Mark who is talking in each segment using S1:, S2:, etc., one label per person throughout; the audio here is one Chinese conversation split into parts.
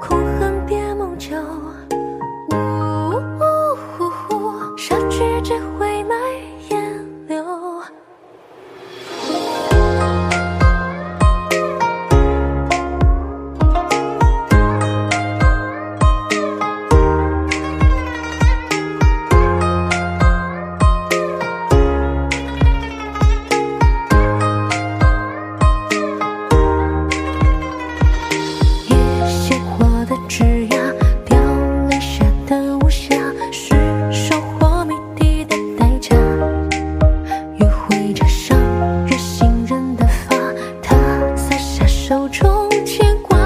S1: 哭恨别梦久，呜呜呼呼，杀去只会埋烟柳。野鲜活的枝桠，凋零下的无暇，是收获谜底的代价。约会加上越信任的发，他撒下手中牵挂，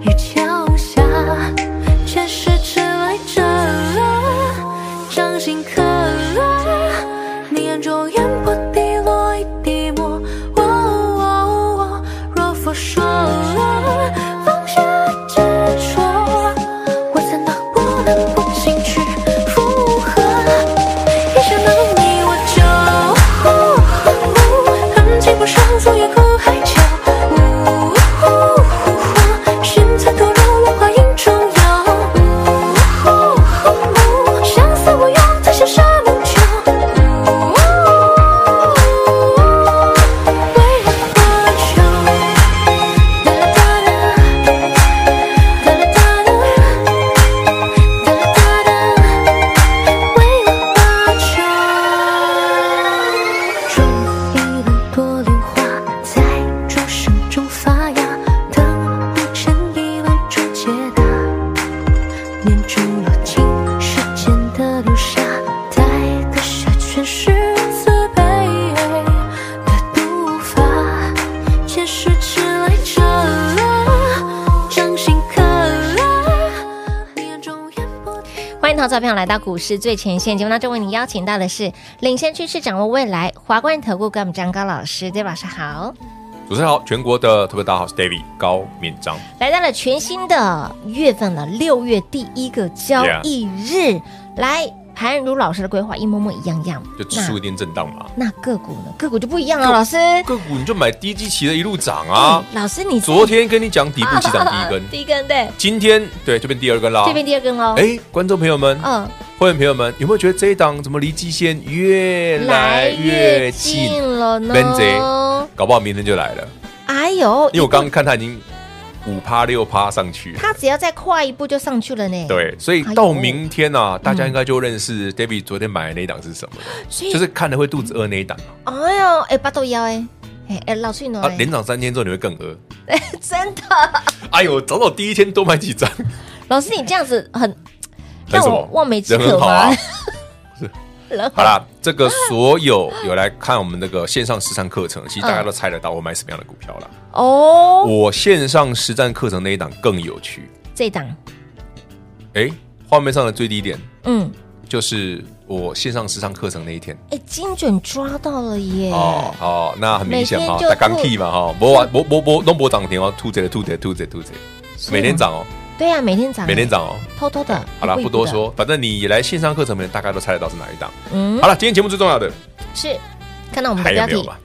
S1: 雨桥下，全是迟来者，啊掌心可乐，你眼中烟波滴落一滴墨。哦哦哦若佛说啊放下执着，我怎么不能不进去附和？一想到你我就恨情不上，总也苦海角。心在堕落，浪花影中游。相思无用，才潇洒梦久。为了多久？哒啦哒啦，哒啦哒啦，哒啦哒啦，为了多久？种一轮朵莲花，在众生中发芽，等不成一万种解答。念中落尽时间的流沙，带得下全是慈悲的毒发，前世迟来者，掌心可乐，你眼中烟波。
S2: 欢迎投资者朋友来到股市最前线节目当中，为您邀请到的是领先趋势、掌握未来华冠投顾跟我们张高老师，大家晚上好。
S3: 主持人好，全国的特别大家好，我是 David 高敏章。
S2: 来到了全新的月份了，六月第一个交易日来韩如老师的规划一模模一样样，
S3: 就指数一定震荡嘛，
S2: 那那个股呢？个股就不一样了，老师。
S3: 个股你就买低基期的一路涨啊。
S2: 嗯老师你
S3: 昨天跟你讲底部起涨第一 根，
S2: 第一根对，
S3: 今天对这边第二根啦。
S2: 这边第二根哦。
S3: 哎，观众朋友们，
S2: 嗯，
S3: 会员朋友们，有没有觉得这一档怎么离极限越来越近？
S2: 了呢。
S3: Ben 贼搞不好明天就来了，
S2: 哎呦，
S3: 因为我
S2: 一
S3: 刚
S2: 步
S3: 看它已经五趴六趴上去 了。
S2: 他只要再跨一步就上去了呢。，
S3: 对，所以
S2: 哎呦嗯
S3: 到明天啊，大家应该就认识 David 昨天买的那一档是什么了，
S2: 所以
S3: 就是看了会肚子饿那一档啊
S2: 哎呦，哎八豆腰哎。哎哎，老脆呢
S3: 啊，？连涨三天之后你会更饿。
S2: 真的，
S3: 哎呦，早早第一天多买几张，
S2: 老师你这样子很
S3: 很
S2: 让
S3: 什
S2: 我
S3: 么？
S2: 望梅止
S3: 人很
S2: 渴
S3: 好啊
S2: 吗？。人
S3: 好啦，这个所有有来看我们那个线上实战课程，其实大家都猜得到我买什么样的股票啦。
S2: 哦，
S3: 我线上实战课程那一档更有趣，
S2: 这档，
S3: 哎，画面上的最低点
S2: 嗯，
S3: 就是我线上实战课程那一天。
S2: 哎，精准抓到了耶！
S3: 哦，好，那很明显
S2: 每天
S3: 哈，
S2: 就
S3: 在刚
S2: 吐
S3: key 嘛哈，波啊波波波弄波涨停哦，吐贼的吐贼的吐贼的吐贼的，
S2: 是啊吗
S3: 每天涨哦，
S2: 对啊，每天涨，
S3: 每天，涨哦。
S2: 偷偷的。
S3: 好啦，
S2: 一步一
S3: 不
S2: 步
S3: 多
S2: 的，
S3: 说，反正你来线上课程，们大概都猜得到是哪一档。
S2: 嗯，
S3: 好了，今天节目最重要的
S2: 是看到我们的
S3: 还
S2: 标
S3: 有没有
S2: 题
S3: 嘛，？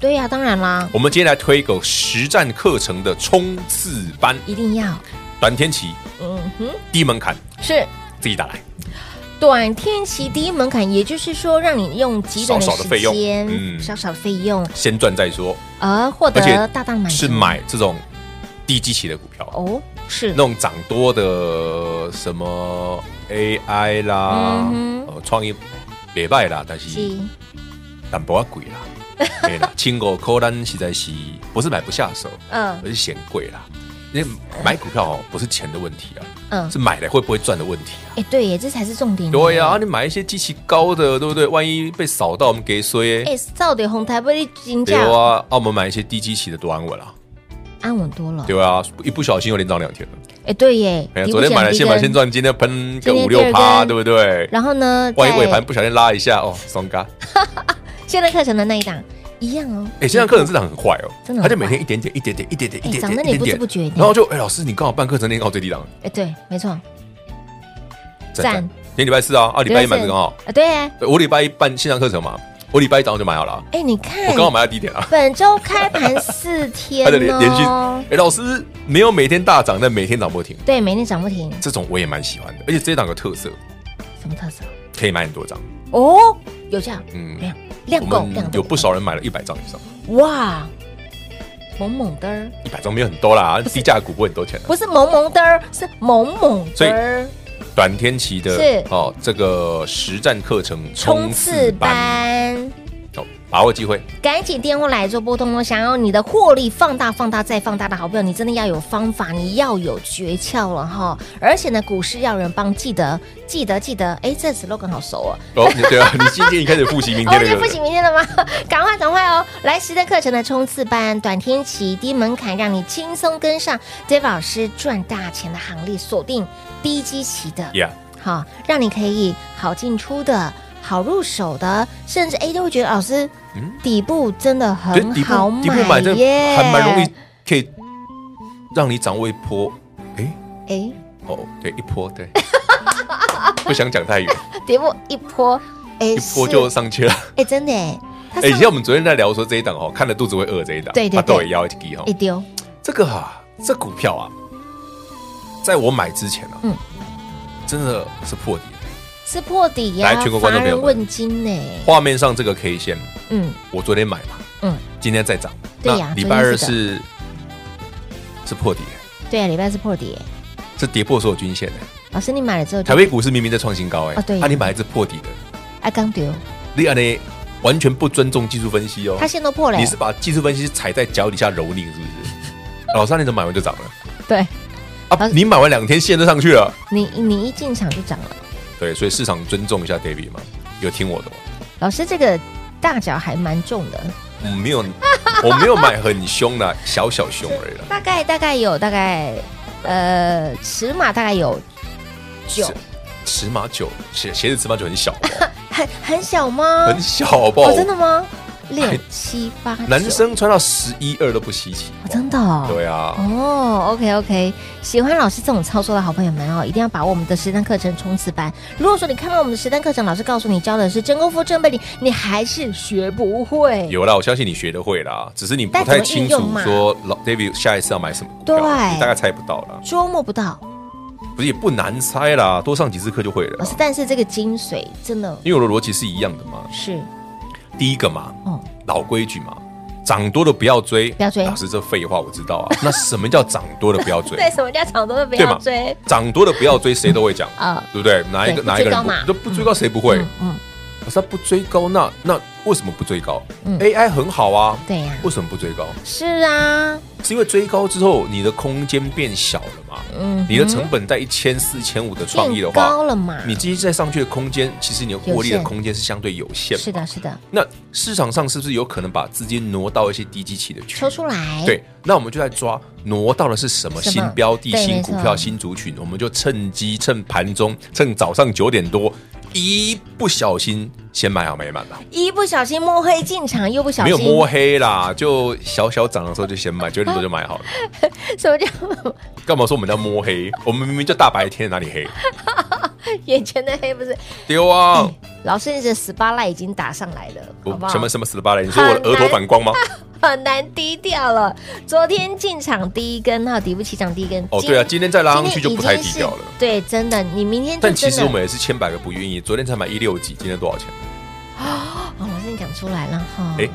S2: 对呀，当然啦，
S3: 我们今天来推一个实战课程的冲刺班，
S2: 一定要，
S3: 短天期
S2: 嗯哼，
S3: 低门槛，
S2: 是
S3: 自己打来，
S2: 短天期低门槛，也就是说，让你用极短
S3: 少少的
S2: 时
S3: 费用
S2: 间，
S3: 嗯
S2: 少少的费用，
S3: 先赚再说，
S2: 而获
S3: 而且
S2: 得大大的满足。
S3: 是买这种低基期的股票，
S2: 哦，是
S3: 那种涨多的什么 AI 啦，
S2: 嗯哼
S3: 呃，创业礼拜啦，但是
S2: 是
S3: 淡薄啊贵啦， 对啦，清狗扣单实在是不是买不下手，
S2: 嗯
S3: 而是嫌贵啦。因为买股票哦，不是钱的问题啊，
S2: 嗯，
S3: 是买了会不会赚的问题啊。
S2: 哎，对耶，这才是重点。
S3: 对呀、啊，，你买一些机器高的，对不对？万一被扫到，我们给衰。
S2: 哎，到底红台不会金
S3: 对
S2: 哎
S3: 哦
S2: 价
S3: 啊，澳门买一些低基期的多安稳啊，
S2: 安稳多了。
S3: 对啊，一不小心又连涨两天了。
S2: 哎，对耶
S3: 哎，呀，
S2: 底部
S3: 昨天买了
S2: 选
S3: 现
S2: 第一
S3: 买
S2: 根
S3: 现赚，今天喷个
S2: 今天
S3: 五
S2: 第二
S3: 六
S2: 根
S3: 趴，对不对？
S2: 然后呢，
S3: 万一尾盘
S2: 在
S3: 不小心拉一下，哦，松嘎。
S2: 现在课程的那一档一样哦。
S3: 哎，现在课程真的很坏哦，
S2: 真的很
S3: 他就每
S2: 坏
S3: 天一点点、一点点、一点点、
S2: 哎
S3: 一点
S2: 涨得
S3: 点、
S2: 你
S3: 一点
S2: 不知
S3: 点，
S2: 不觉呢
S3: 然后就哎，老师你刚好办课程练哦到最低档，
S2: 哎，对，没错，赞
S3: 赞赞。今天礼拜四啊，啊，礼拜一买的刚好，
S2: 啊，对啊，
S3: 对我礼拜一办线上课程嘛，我礼拜一早上就买好了啊，
S2: 哎，你
S3: 我
S2: 看
S3: 刚，好买到低点啊。
S2: 本周开盘四天
S3: 它的连连续，
S2: 哦
S3: 哎，，老师没有每天大涨，但每天涨不停，
S2: 对，每天涨不停，
S3: 这种我也蛮喜欢的。而且这一档有特色，
S2: 什么特色？
S3: 可以买很多张，
S2: 哦，有价，
S3: 嗯，
S2: 亮哎量
S3: 我
S2: 够，
S3: 们
S2: 量
S3: 有
S2: 够
S3: 不少人买了一百张以上，
S2: 哇，萌萌的儿，
S3: 一百张没有很多啦，低价股不会很多钱啊。
S2: 不是萌萌的儿，是萌萌
S3: 所
S2: 的
S3: 以
S2: 儿，
S3: 短天期的
S2: 是
S3: 哦，这个实战课程
S2: 冲
S3: 冲
S2: 刺
S3: 刺班，
S2: 班。
S3: 哦，把握机会，
S2: 赶紧电话来做拨通哦！想要你的获利放大、放大再放大的好朋友，你真的要有方法，你要有诀窍了哈！而且呢，股市要有人帮，记得记得记得，哎，这 slogan 好熟哦。
S3: 哦，你 对啊，你今天一开始复习明
S2: 哦，
S3: 天
S2: 今天
S3: 的
S2: 复习明天的吗？ 赶快赶快哦！来实战课程的冲刺班，短天期低门槛，让你轻松跟上 Dave 老师赚大钱的行列，锁定低基期的。
S3: ，Yeah，
S2: 好，让你可以好进出的、好入手的，甚至 A 都会觉得老师、
S3: 嗯
S2: 底部真的
S3: 对
S2: 很
S3: 底
S2: 好
S3: 部底部买
S2: 买
S3: 这
S2: 耶，
S3: 还蛮容易。，可以让你掌握一波，哎，
S2: 哎，
S3: 哦，对，一波， 对，不想讲太远，
S2: 底部一波，哎，
S3: 一波
S2: 是
S3: 就上去了。
S2: 哎，真的哎，它
S3: 哎，以
S2: 上
S3: 前我们昨天在聊说这一档哦，看了肚子会饿这一档，
S2: 对对
S3: 把
S2: 对
S3: 豆也要一滴哦
S2: 一，哎丢，
S3: 这个啊，这股票啊，在我买之前啊，
S2: 嗯
S3: 真的是破底的。
S2: 是破底呀，
S3: 来全国
S2: 乏
S3: 观众朋
S2: 人
S3: 友们
S2: 问津呢，
S3: 画面上这个 K 线，
S2: 嗯，
S3: 我昨天买嘛，
S2: 嗯，
S3: 今天再涨，
S2: 对呀
S3: 那礼拜二
S2: 昨天
S3: 是是破底的，
S2: 对啊，礼拜是破底耶，
S3: 是跌破所有均线的。
S2: 老师你买了之后就
S3: 台北股市明明在创新高，哎
S2: 啊，对
S3: 啊，你买一只破底的，
S2: 啊刚丢，
S3: 你安呢完全不尊重技术分析哦
S2: 它，线都破了耶，
S3: 你是把技术分析踩在脚底下蹂躏是不 是？老三，你怎么买完就涨了
S2: 对
S3: 啊？你买完两天线就上去了，
S2: 你你一进场就涨了，
S3: 对，所以市场尊重一下 David 嘛，有听我的吗？
S2: 老师这个大脚还蛮重的，
S3: 我嗯没有， 我没有买很凶的，小小凶而已啦。
S2: 大概大概有大概呃尺码大概有九
S3: 是，尺码九，鞋鞋子尺码九很小好不好，
S2: 很很小吗？
S3: 很小好不好
S2: 哦，？真的吗？六
S3: 哎
S2: 七八，
S3: 男
S2: 九
S3: 生穿到十一二都不稀奇
S2: 哦，真的哦。
S3: 对啊，
S2: 哦，OK OK，喜欢老师这种操作的好朋友们哦，一定要把握我们的实战课程冲刺班。如果说你看到我们的实战课程，老师告诉你教的是真功夫、真本领，你还是学不会。
S3: 有啦，我相信你学得会啦，只是你不太清
S2: 但怎么运用
S3: 楚
S2: 嘛
S3: 说老 David 下一次要买什么股票，
S2: 对
S3: 你大概猜不到啦。
S2: 捉摸不到，
S3: 不是也不难猜啦，多上几次课就会了
S2: 老
S3: 啦
S2: 师，。哦但是这个精髓真的
S3: 因为我的逻辑是一样的嘛，
S2: 是，
S3: 第一个嘛，
S2: 哦，
S3: 老规矩嘛，涨多的不要追，
S2: 不要追
S3: 老师这废话我知道啊，那 什么叫涨多的不要追？
S2: 对，什么叫抢多的不
S3: 对
S2: 要
S3: 嘛
S2: 追
S3: 涨多的不要追，谁都会讲
S2: 啊
S3: 对不对？哪一个
S2: 对
S3: 哪一
S2: 不
S3: 个
S2: 追高
S3: 人
S2: 嘛
S3: 不都不追高谁不会
S2: 嗯？嗯，
S3: 可是他不追高，那那为什么不追高
S2: 嗯
S3: ？AI 很好啊，
S2: 对呀、
S3: 为什么不追高？
S2: 是啊，
S3: 是因为追高之后你的空间变小了嘛？
S2: 嗯哼，
S3: 你的成本在一千四千五的创意的
S2: 变高
S3: 话，
S2: 了嘛？
S3: 你继续再上去的空间，其实你的获利
S2: 有
S3: 的
S2: 限
S3: 空间是相对有限。
S2: 是的，。是的，
S3: 那市场上是不是有可能把资金挪到一些低基期的区
S2: 抽？出来，
S3: 对，那我们就在抓挪到的是什么
S2: 哎什么
S3: 新标的、
S2: 对
S3: 新
S2: 没
S3: 股
S2: 错
S3: 票、新族群，我们就趁机、趁盘中、趁早上九点多，一不小心先买好买满吧，
S2: 一不小心摸黑进场，又不小
S3: 没
S2: 心
S3: 有摸啊黑啦，就小小涨的时候就先买，九点多就买 好了。
S2: 什么叫
S3: 干嘛说我们叫摸黑？我们明明就大白天，哪里黑？
S2: 眼前的黑不是？
S3: 丢啊！
S2: 老师，你的 SPA 赖已经打上来了，哎好不
S3: 我
S2: 好？
S3: 哦什么什么死巴雷？你说我的额头反光吗？
S2: 很难低调了。昨天进场第一根，哈，底部起涨第一根。
S3: 哦，对啊，今天再拉上
S2: 今
S3: 去
S2: 天
S3: 就不太
S2: 已经
S3: 低
S2: 是
S3: 调了。
S2: 对，真的，你明天就
S3: 但其实
S2: 真
S3: 我
S2: 的
S3: 们也是千百个不愿意。昨天才买一六几，今天多少钱？
S2: 哦，老师你讲出来了哈。
S3: 哎，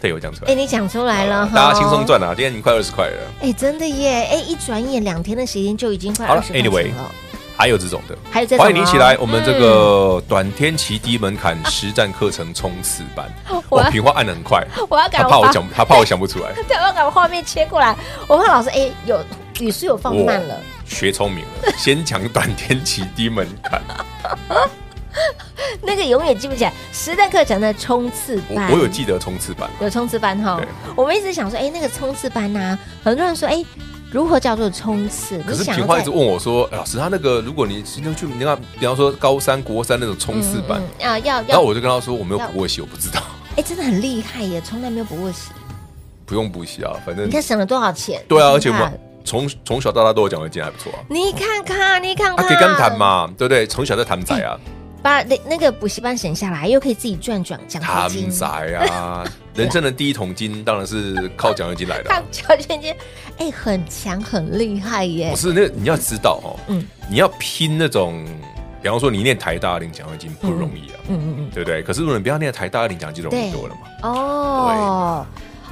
S3: 对，有讲出
S2: 哎，
S3: 来，
S2: 你讲出来了哈，
S3: 大家轻松。赚啊！今天已经快二十块了。
S2: 哎，真的耶！哎，一转眼两天的时间就已经快
S3: 好
S2: 二
S3: 了
S2: 十块钱了。
S3: 还有这种的，
S2: 还有这种哦
S3: 欢迎你一起来我们这
S2: 嗯
S3: 个短天期低门槛实战课程冲刺班。
S2: 我
S3: 我平花按的很快，
S2: 我要赶
S3: 他
S2: 快
S3: 怕我讲，他怕我想不出来。
S2: 对，我要把画面切过来。我怕老师，哎，有语速有放
S3: 我
S2: 慢了。
S3: 学聪明了，先讲短天期低门槛。
S2: 那个永远记不起来。实战课程的冲刺
S3: 我
S2: 班，
S3: 我有记得冲刺班，
S2: 有冲刺班哈
S3: 对。
S2: 我们一直想说，哎，那个冲刺班呐、很多人说，哎，如何叫做冲刺？
S3: 可
S2: 你
S3: 是
S2: 想
S3: 平
S2: 要
S3: 花
S2: 在
S3: 一直问我说：“哎老师，他那个如果你那去，你看，比方说高三、国三那种冲刺班。
S2: 嗯嗯啊，要
S3: 然后
S2: 要，
S3: 我就跟他说：“我没有
S2: 要
S3: 补过习，我不知道，
S2: 哎，真的很厉害耶，从来没有补过习。
S3: 不用补习啊，反正
S2: 你看省了多少钱？
S3: 对啊，而
S2: 你
S3: 且
S2: 看
S3: 我们从从小到大都有讲文经，还不错啊。
S2: 你看看，你看
S3: 啊，
S2: 看，
S3: 可以跟谈嘛，对不对？从小在谈仔啊，
S2: 把那那个补习班省下来，又可以自己赚赚 奖
S3: 谈
S2: 学金。
S3: 仔啊，人生的第一桶金当然是靠奖学金来 的啊、
S2: 当奖学金，哎，很强，很厉害耶
S3: 哦不！是那个你要知道哦，
S2: 嗯
S3: 你要拼那种，比方说你念台大领奖学金不容易啊，
S2: 嗯嗯嗯，嗯
S3: 对不对？可是如果你不要念台大领奖金就容易多了嘛，
S2: 哦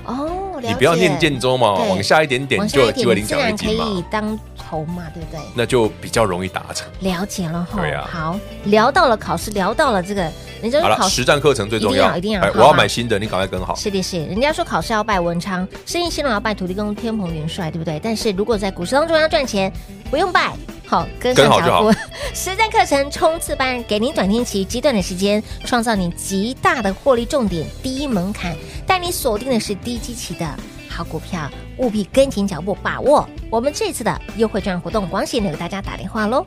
S2: 哦，
S3: 你不要念
S2: 见
S3: 建中嘛，
S2: 对
S3: 往下一点点
S2: 往
S3: 就
S2: 下
S3: 有
S2: 一
S3: 机会
S2: 点，
S3: 领
S2: 你自
S3: 奖学
S2: 然可
S3: 金嘛
S2: 以，当头嘛，对不对？
S3: 那就比较容易达成。
S2: 了解了哈
S3: 对，啊
S2: 好，聊到了考试，聊到了这个，人家
S3: 好
S2: 说
S3: 了，
S2: 考试
S3: 实战课程最重要，
S2: 嗯
S3: 哎
S2: 一定要一定要好
S3: 我要
S2: 吧
S3: 买新的，你赶快跟好。
S2: 是的是，人家说考试要拜文昌，生意兴隆要啊拜土地公、天蓬元帅，对不对？但是如果在股市当中要赚钱，不用拜，好跟上
S3: 跟好就
S2: 脚
S3: 好
S2: 步。 实战课程冲刺班，给您短天期极短的时间，创造你极大的获利重点，低门槛，带你锁定的是低基期的好股票，务必跟紧脚步，把握我们这次的优惠券活动，广喜留给大家打电话喽。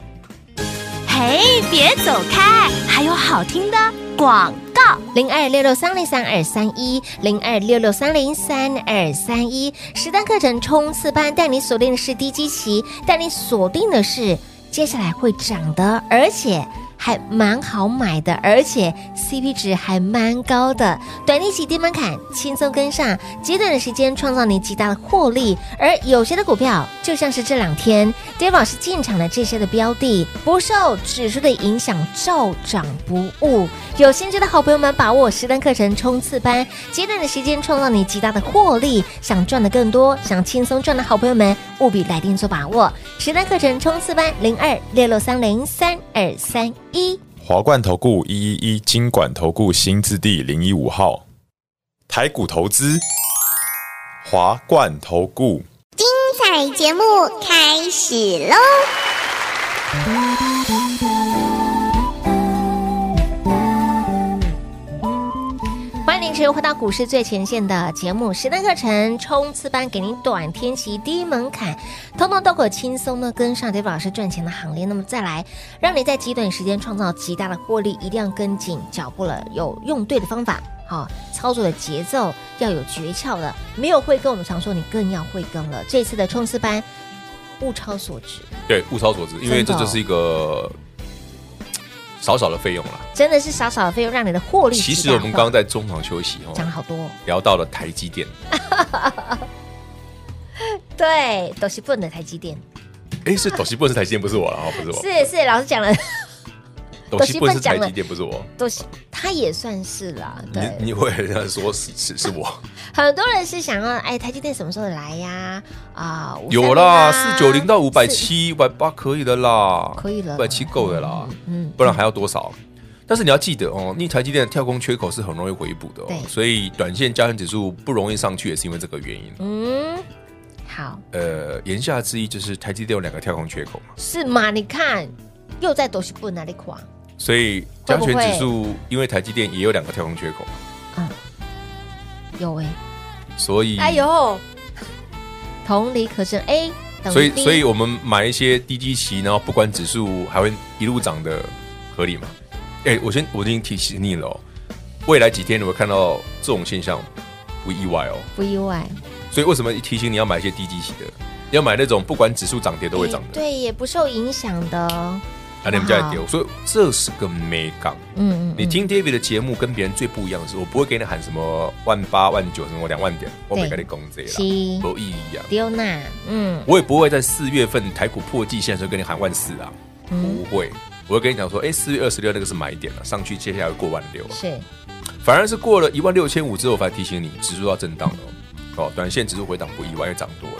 S1: 嘿，别走开，还有好听的广告。
S2: 零二六六三零三二三一，零二六六三零三二三一，实战课程冲刺班带你锁定的是低基期，带你锁定的是接下来会涨的，而且。还蛮好买的，而且 CP 值还蛮高的，短利息低门槛，轻松跟上，极短的时间创造你极大的获利。而有些的股票，就像是这两天 Dave 老师进场的这些的标的，不受指数的影响，照涨不误。有兴趣的好朋友们，把握实战课程冲刺班，极短的时间创造你极大的获利。想赚的更多，想轻松赚的好朋友们，务必来电做把握。实战课程冲刺班零二六六三零三二三一。
S4: 华冠投顾一一一金管投顾新字第零一五号，台股投资，华冠投顾。
S5: 彩节目开始喽！
S2: 欢迎您持续回到股市最前线的节目《实战课程冲刺班》，给您短天期低门槛，通通都可轻松的跟上 David 老师赚钱的行列。那么再来，让你在极短时间创造极大的获利，一定要跟紧脚步了，有用对的方法。好、操作的节奏要有诀窍的，没有会跟我们常说，你更要会跟了。这次的冲刺班，物超所值，
S3: 对，物超所值，因为
S2: 真的
S3: 这
S2: 哦
S3: 就是一个少少的费用啦。
S2: 真的是少少的费用让你的获利
S3: 其
S2: 极
S3: 实
S2: 大
S3: 我们刚刚
S2: 化
S3: 在中场休息
S2: 讲了
S3: 哦，
S2: 好多哦、
S3: 聊到了台积电，
S2: 对，都是笨的台积电，
S3: 哎，是斗西棍是台积电，不是我了哦，不是我，
S2: 是是，老师讲了。
S3: 斗西棍是台积电，不是我。
S2: 都是，他也算是啦。
S3: 你
S2: 对，
S3: 你会有人说是是是我
S2: 很多人是想要，哎，台积电什么时候来呀？啊，530
S3: 有啦，
S2: 啊
S3: 四九零到五百，
S2: 是
S3: 七、五百八可以的啦，
S2: 可以了
S3: 五百七够的啦，
S2: 嗯，
S3: 不然还要多少？但是你要记得哦，因为台积电的跳空缺口是很容易回补的
S2: 对
S3: 哦，所以短线加权指数不容易上去，也是因为这个原因。
S2: 嗯，好，
S3: 呃，言下之意就是台积电有两个跳空缺口嘛，
S2: 是吗？你看，又在都是不哪里垮，
S3: 所以
S2: 会
S3: 加
S2: 不
S3: 权
S2: 会
S3: 指数因为台积电也有两个跳空缺口，
S2: 有哎，
S3: 所以
S2: 哎呦，同理可证，A 等于
S3: 所以
S2: B
S3: 所以我们买一些低基期，然后不管指数还会一路涨的，合理吗？哎、我先我已经提醒你了、哦，未来几天你会看到这种现象，不意外哦。
S2: 不意外，
S3: 所以为什么提醒你要买一些低基期的，要买那种不管指数涨跌都会涨
S2: 哎
S3: 的，
S2: 对，也不受影响的，哦
S3: 啊，你们家也丢。所以这是个美港。
S2: 嗯嗯，
S3: 你听 David 的节目跟别人最不一样的是，我不会给你喊什么万八、万九、什么两万点，我没跟你攻这
S2: 是
S3: 啦，没意义啊。
S2: 丢娜，嗯
S3: 我也不会在四月份台股破季线的时候跟你喊万四啊，
S2: 嗯，
S3: 不会。我会跟你讲说，哎，四月二十六那个是买点了、上去接下来会过万六、啊，
S2: 是
S3: 反而是过了一万六千五之后，我才提醒你指数要震荡了哦。哦，短线指数回档不意外，也涨多了。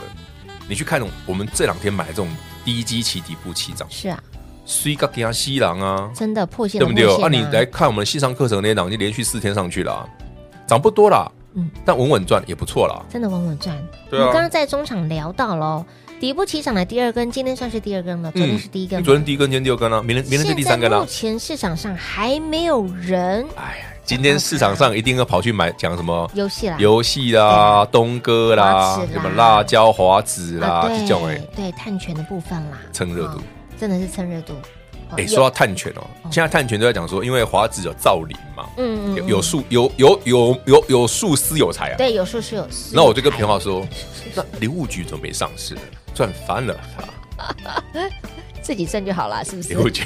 S3: 你去看我们这两天买的这种低基期底部起涨，
S2: 是啊，
S3: 虽个给它西狼啊，
S2: 真的破线
S3: 对
S2: 了
S3: 不对
S2: 破？线
S3: 啊，你
S2: 啊
S3: 来看我们线上课程那一档，已经连续四天上去了、啊，涨不多啦，
S2: 嗯
S3: 但稳稳赚也不错啦。
S2: 真的稳稳赚。
S3: 对啊
S2: 我们刚刚在中场聊到喽，哦底部起涨的第二根，今天算是第二根了，昨天是第一根
S3: 你。昨嗯天第一根，今天第二根啊了、明天明天是第三根了、
S2: 现在目前市场上还没有人
S3: 哎呀，今天市场上一定要跑去买讲什么
S2: 游戏啦，
S3: 游戏啦、东哥啦
S2: 华子、啦
S3: 什么辣椒华子啦
S2: 啊，
S3: 这种哎
S2: 对，对碳权的部分啦，
S3: 蹭热度
S2: 哦真的是蹭热度。哦
S3: 哎，
S2: 有
S3: 说到碳权哦，现在碳权都在讲说，因为华子有造林嘛，
S2: 嗯嗯
S3: 有
S2: 嗯
S3: 有树有有有有有树私有财啊。
S2: 对，有时候是有私有财。
S3: 那我就跟平话说，那林务局怎么没上市呢？赚翻了啊！
S2: 自己挣就好了，是不是
S3: 林？务局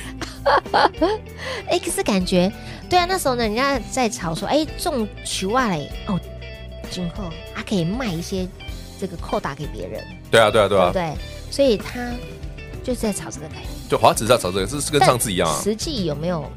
S2: 哎，可是感觉，对啊，那时候呢，人家在吵说，哎，种球啊嘞，哦，今后还可以卖一些这个扣打给别人，
S3: 对啊对啊对
S2: 对
S3: 啊
S2: 不，对？所以他就是在吵这个概念。
S3: 就华子在炒这个，这是跟上次一样啊
S2: 但。实际有没有？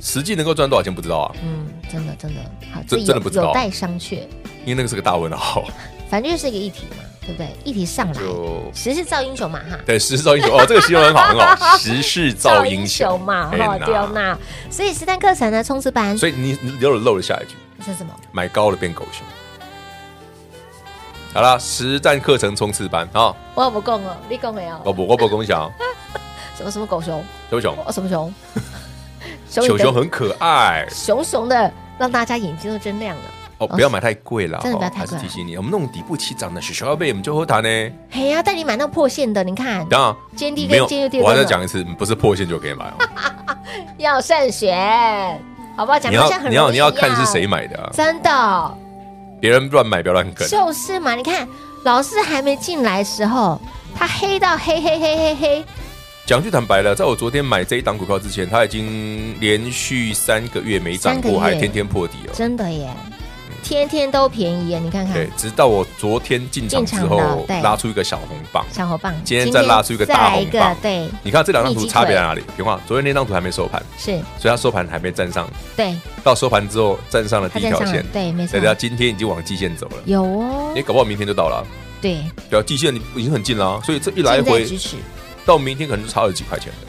S3: 实际能够赚多少钱不知道啊，
S2: 嗯，真的真的，好，
S3: 这
S2: 有
S3: 真的不知道
S2: 有待商榷。
S3: 因为那个是个大问 号。
S2: 反正就是一个议题嘛，对不对？议题上来，
S3: 就
S2: 时势造英雄嘛，哈。
S3: 对，时势造英雄哦，这个形容很好，很 好，时势造英雄
S2: 嘛，
S3: 哎
S2: 哈，
S3: 呐
S2: 对哦那，所以实战课程呢，冲刺班
S3: 所以你你有漏了下一句，
S2: 是什么？
S3: 买高了变狗熊。好啦，实战课程冲刺班啊，
S2: 我有不讲哦，你讲没
S3: 我
S2: 有？
S3: 不我不共享，
S2: 什么什么狗熊？
S3: 小熊
S2: 哦，什么 熊？
S3: 小
S2: 你的
S3: 熊很可爱
S2: 熊熊的，让大家眼睛都睁亮了。
S3: 哦，不要买太贵了，
S2: 真的不要
S3: 哦
S2: 太贵
S3: 还是提醒你，我们那种底部起涨的小小贝，我们就喝它呢。
S2: 嘿呀，带你买到破线的，你看，
S3: 当然，
S2: 今天第一
S3: 没
S2: 根，
S3: 有
S2: 今天第，二
S3: 我还
S2: 根
S3: 再
S2: 了，
S3: 讲一次，不是破线就可以买哦，
S2: 要慎选，好不好？讲
S3: 你
S2: 破线
S3: 要
S2: 很
S3: 你要
S2: 容易
S3: 你要看是谁，买的啊，
S2: 真的。
S3: 别人乱买不要乱跟。
S2: 就是嘛，你看老师还没进来的时候，他黑到黑黑黑黑黑，
S3: 讲句坦白了，在我昨天买这一档股票之前，它已经连续三个月没涨
S2: 三个月
S3: 过，还天天破底了。
S2: 真的耶，天天都便宜耶，你看看
S3: 嗯对，直到我昨天进场之
S2: 进场
S3: 后
S2: 的对，
S3: 拉出一个小红棒。
S2: 小伙伴，
S3: 今天再拉出一个大红棒
S2: 今天再来一个对，
S3: 你看这两张图差别在哪里？平话，昨天那张图还没收盘，
S2: 是，
S3: 所以它收盘还没站上，
S2: 对，
S3: 到收盘之后站上了
S2: 他
S3: 第一
S2: 在
S3: 条
S2: 上来
S3: 线，，
S2: 对，没错
S3: 对，，它今天已经往季线走了。
S2: 有哦
S3: 你，搞不好明天就到了啊，
S2: 对，
S3: 对啊，季线已经很近了啊，所以这一来
S2: 近在
S3: 回
S2: 咫尺，
S3: 到明天可能就差二十几块钱了，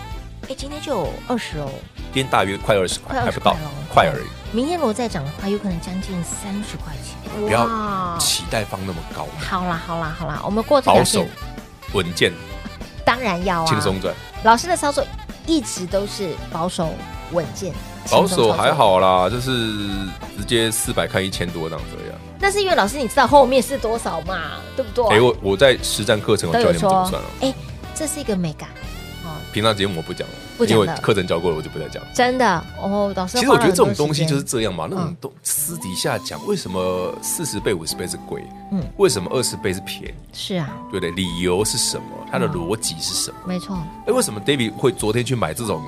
S2: 哎，今天就有二十哦，
S3: 今天大约快二十块，
S2: 快
S3: 还不到
S2: 20块了，
S3: 快而已。
S2: 明天如果再涨的话，有可能将近三十块钱，
S3: 不要
S2: 哇
S3: 期待放那么高，
S2: 好啦好啦好啦，我们过这条
S3: 保守
S2: 线，
S3: 稳健，
S2: 当然要啊，
S3: 轻松赚。
S2: 老师的操作一直都是保守稳健，
S3: 保
S2: 轻松
S3: 守
S2: 操作
S3: 还。好啦，就是直接四百看一千多这样子啊呀。
S2: 那是因为老师你知道后面是多少嘛，对不对？
S3: 哎，我我在实战课程我
S2: 都
S3: 教你
S2: 有
S3: 们怎
S2: 说
S3: 么算啊了，，
S2: 哎，这是一个美感哦，
S3: 平常节目我不讲
S2: 不
S3: 了，
S2: 讲
S3: 因
S2: 了
S3: 为课程教过了，我就不再讲了。
S2: 真的哦，老师
S3: 其实
S2: 花
S3: 我
S2: 了
S3: 觉得这种东西
S2: 很多
S3: 就
S2: 时
S3: 是
S2: 间
S3: 这样嘛，那种
S2: 嗯
S3: 都私底下讲，为什么四十倍、五十倍是贵？
S2: 嗯
S3: 为什么二十倍是便宜？
S2: 是啊，
S3: 对不对？理由是什么？它的逻辑是什么？
S2: 没错，
S3: 哎，为什么 David 会昨天去买这种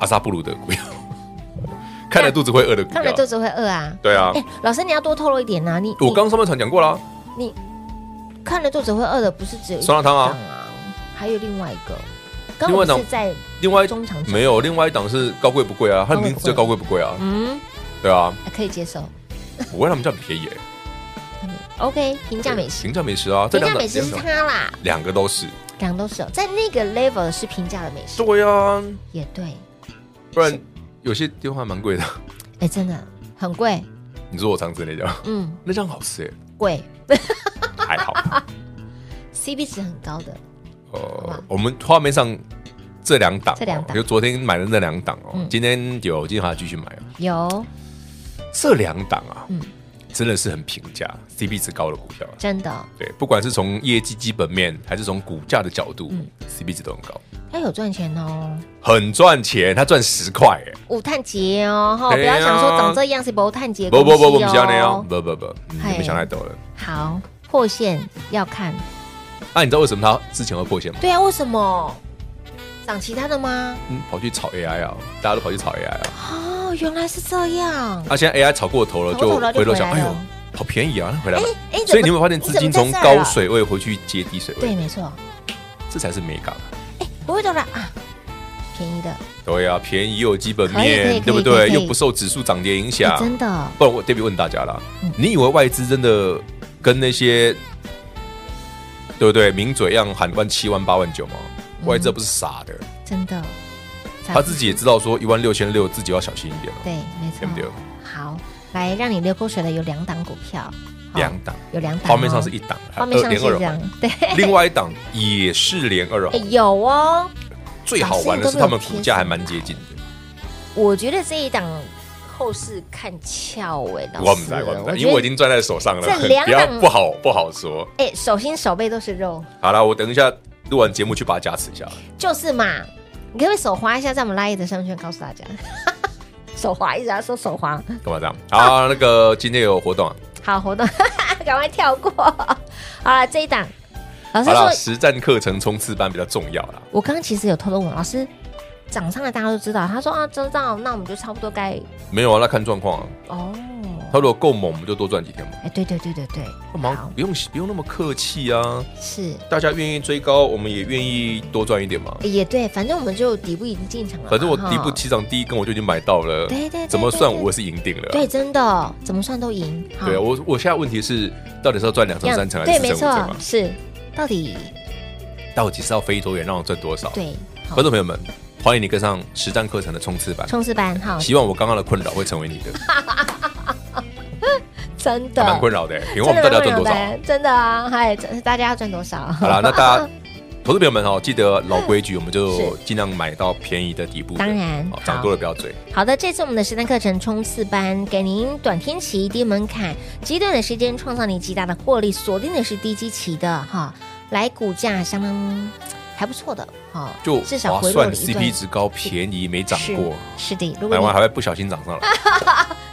S3: 阿萨布鲁的股票？ 看了肚子会饿的股
S2: 看了
S3: 票？
S2: 肚子会饿啊。
S3: 对啊，
S2: 哎，老师你要多透露一点啊呐，你
S3: 我刚上半场讲过啦，
S2: 你你看了肚子会饿的不是只有一
S3: 酸辣汤啊
S2: 档啊，还有另外一个，刚
S3: 另外
S2: 我
S3: 一档
S2: 是在
S3: 另外
S2: 中长
S3: 没有，另外一档是高贵不贵啊，它的名字叫高贵不贵啊，
S2: 嗯
S3: 对啊，
S2: 还可以接受
S3: 我为他们叫很便宜欸，
S2: ，OK，平价美食，
S3: 平价美食啊，这
S2: 平
S3: 两
S2: 价
S3: 档
S2: 美食是
S3: 两档
S2: 它啦，
S3: 两个都是，
S2: 两个都是有，哦在那个 level 的是平价的美食，
S3: 对啊，
S2: 也对，
S3: 不然有些电话蛮贵的，
S2: 哎，真的很贵，
S3: 你说我常吃那家，
S2: 嗯，
S3: 那家好吃
S2: 贵
S3: 哎，还 好，
S2: ，CP 值很高的，
S3: 呃，我们画面上这两档哦，
S2: 这两档
S3: 就昨天买的那两档哦
S2: 嗯，
S3: 今天有，今天还继续买哦，
S2: 有
S3: 这两档啊
S2: 嗯，
S3: 真的是很平价，CP 值高的股票啊。
S2: 真的，
S3: 对，不管是从业绩基本面，还是从股价的角度、
S2: 嗯
S3: c p 值都很高，
S2: 他有赚钱哦，
S3: 很赚钱，他赚十块耶！
S2: 五探节哦，哈，不
S3: 哎呀
S2: 要想说长这样是不探节，哦
S3: 不不不，我
S2: 恭
S3: 们
S2: 喜
S3: 想那样，，哦不不不，你
S2: 嘿
S3: 们想太多了。
S2: 好，破线要看，
S3: 那你知道为什么他之前会破线吗？
S2: 对啊，为什么涨其他的吗？
S3: 嗯，跑去炒 AI 啊，大家都跑去炒 AI 啊。
S2: 哦，原来是这样，
S3: 那现在 AI 炒过头了，
S2: 炒过
S3: 就
S2: 头了就
S3: 回头想，
S2: 回
S3: 哎
S2: 来
S3: 呦
S2: 了，
S3: 好便宜啊，那回来吧。
S2: 哎，
S3: 所以你
S2: 怎么
S3: 有没有发现资金从
S2: 你怎么在这儿
S3: 高
S2: 啊
S3: 水位回去接低水
S2: 对，
S3: 位？
S2: 没错，
S3: 这才是美感。
S2: 不会的啦啊，便宜的，
S3: 对啊，便宜又有基本
S2: 可以可以
S3: 面，对不
S2: 可以可
S3: 对？
S2: 以
S3: 又不受指数涨跌影响
S2: 哎。真的，
S3: 不然我 David 问大家啦
S2: 嗯，
S3: 你以为外资真的跟那些对不对名嘴一样喊万七万八万九吗？
S2: 嗯
S3: 外资不是傻的，
S2: 真的，
S3: 他自己也知道说一万六千六自己要小心一点了，
S2: 对，没错，
S3: 对不对？
S2: 好，来让你流口水的有两档股票，好
S3: 两档，
S2: 有两档哦，
S3: 画面上是一档，还
S2: 画
S3: 有
S2: 面
S3: 二
S2: 上是
S3: 连二
S2: 这
S3: 嘛
S2: 样，， 对，
S3: 另外一档也是连二
S2: 哎
S3: 号，
S2: 有哦。
S3: 最好玩的是他们股价还蛮接近的。
S2: 我觉得这一档后市看翘哎，老师，
S3: 我不在，我不在，因为我已经攥在手上了
S2: 这两，
S3: 不要
S2: 档
S3: 不好不好说。
S2: 哎、手心手背都是肉，
S3: 好了，我等一下录完节目去把它加持一下。
S2: 就是嘛。你可不可以手滑一下，在我们拉一的上面告诉大家？ 手滑一下，说手滑，
S3: 干嘛这样？好，那个今天有活动啊，
S2: 好活动， 赶快跳过。 好了，这一档，老师
S3: 好啦，
S2: 啊说，
S3: 实战课程冲刺班比较重要啦。
S2: 我刚刚其实有偷偷问老师，涨上来大家都知道，他说啊，知道，那我们就差不多该
S3: 没有啊，那看状况啊。
S2: 哦，
S3: 他如果够猛，我们就多赚几天嘛。
S2: 哎、对对对对对，
S3: 干嘛
S2: 好
S3: 不用不用那么客气啊？
S2: 是
S3: 大家愿意追高，我们也愿意多赚一点嘛。
S2: 也对，反正我们就底部已经进场了嘛，
S3: 反正我底部
S2: 哈
S3: 起涨第一根我就已经买到了，
S2: 对对对
S3: 怎么算
S2: 对对
S3: 我是赢定了啊。
S2: 对，真的怎么算都赢。哈
S3: 对啊，我我现在问题是，到底是要赚两成、
S2: 样
S3: 三成还
S2: 对，
S3: 是四
S2: 没
S3: 成、五成
S2: 错
S3: 嘛，？
S2: 是到底
S3: 到底是要飞多远，让我赚多少？，
S2: 对。好
S3: 观众朋友们，欢迎你跟上实战课程的冲刺版。
S2: 冲刺班啊哈，
S3: 希望我刚刚的困扰会成为你的，
S2: 真
S3: 还
S2: 的
S3: 蛮困扰的。欸请问
S2: 真
S3: 我们
S2: 的
S3: 到底要赚
S2: 蛮
S3: 多少？
S2: 困扰的真的啊，嗨，真大家要赚多少？
S3: 好啦，那 大家。投资朋友们哦，记得老规矩，我们就是尽量买到便宜的底部的，
S2: 当然
S3: 哦
S2: 好
S3: 涨多了不要追。
S2: 好的，这次我们的实战课程冲刺班，给您短天期低门槛，极短的时间创造你极大的获利，锁定的是低基期的哈，来股价相当还不错的哈，
S3: 就
S2: 至少
S3: 划
S2: 回落了
S3: 算
S2: 一段
S3: ，CP 值高，便宜没涨
S2: 是
S3: 过，
S2: 是的，如果
S3: 买
S2: 你
S3: 完还会不小心涨上来。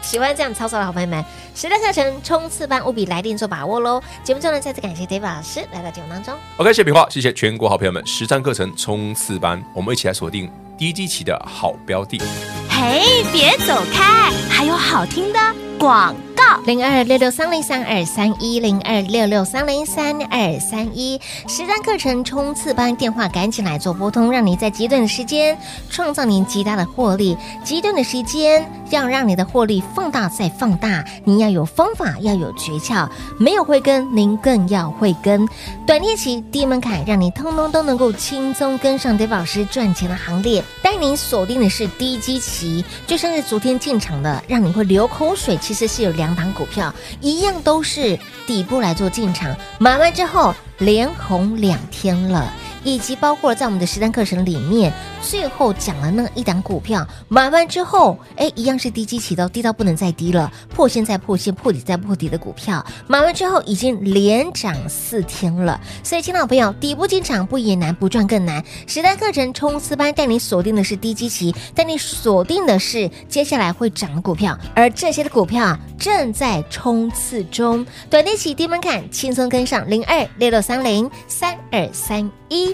S2: 喜欢这样操作的好朋友们，实战课程冲刺班务必来电做把握喽！节目中呢，再次感谢 David 老师来到节目当中。
S3: OK，谢谢平话，谢谢全国好朋友们，实战课程冲刺班，我们一起来锁定低基期的好标的。
S5: 嘿，别走开，还有好听的广告。
S2: 零二六六三零三二三一零二六六三零三二三一实战课程冲刺班电话赶紧来做拨通，让你在极短的时间创造您极大的获利。极短的时间要让你的获利放大再放大，您要有方法，要有诀窍，没有慧根，您更要慧根。短天期低门槛，让你通通都能够轻松跟上 David 老师赚钱的行列，带您锁定的是低基期，就像是昨天进场的，让你会流口水。其实是有两档股票，一样都是底部来做进场，买完之后连红两天了。以及包括在我们的实战课程里面，最后讲了那一档股票，买完之后，哎，一样是低基起到低到不能再低了，破线再破线，破底再破底的股票，买完之后已经连涨四天了。所以，亲老朋友，底部进场不也难，不赚更难。实战课程冲刺班带你锁定的是低基期，带你锁定的是接下来会涨的股票，而这些的股票啊正在冲刺中，短天期低门槛，轻松跟上零二六六三零三二三一。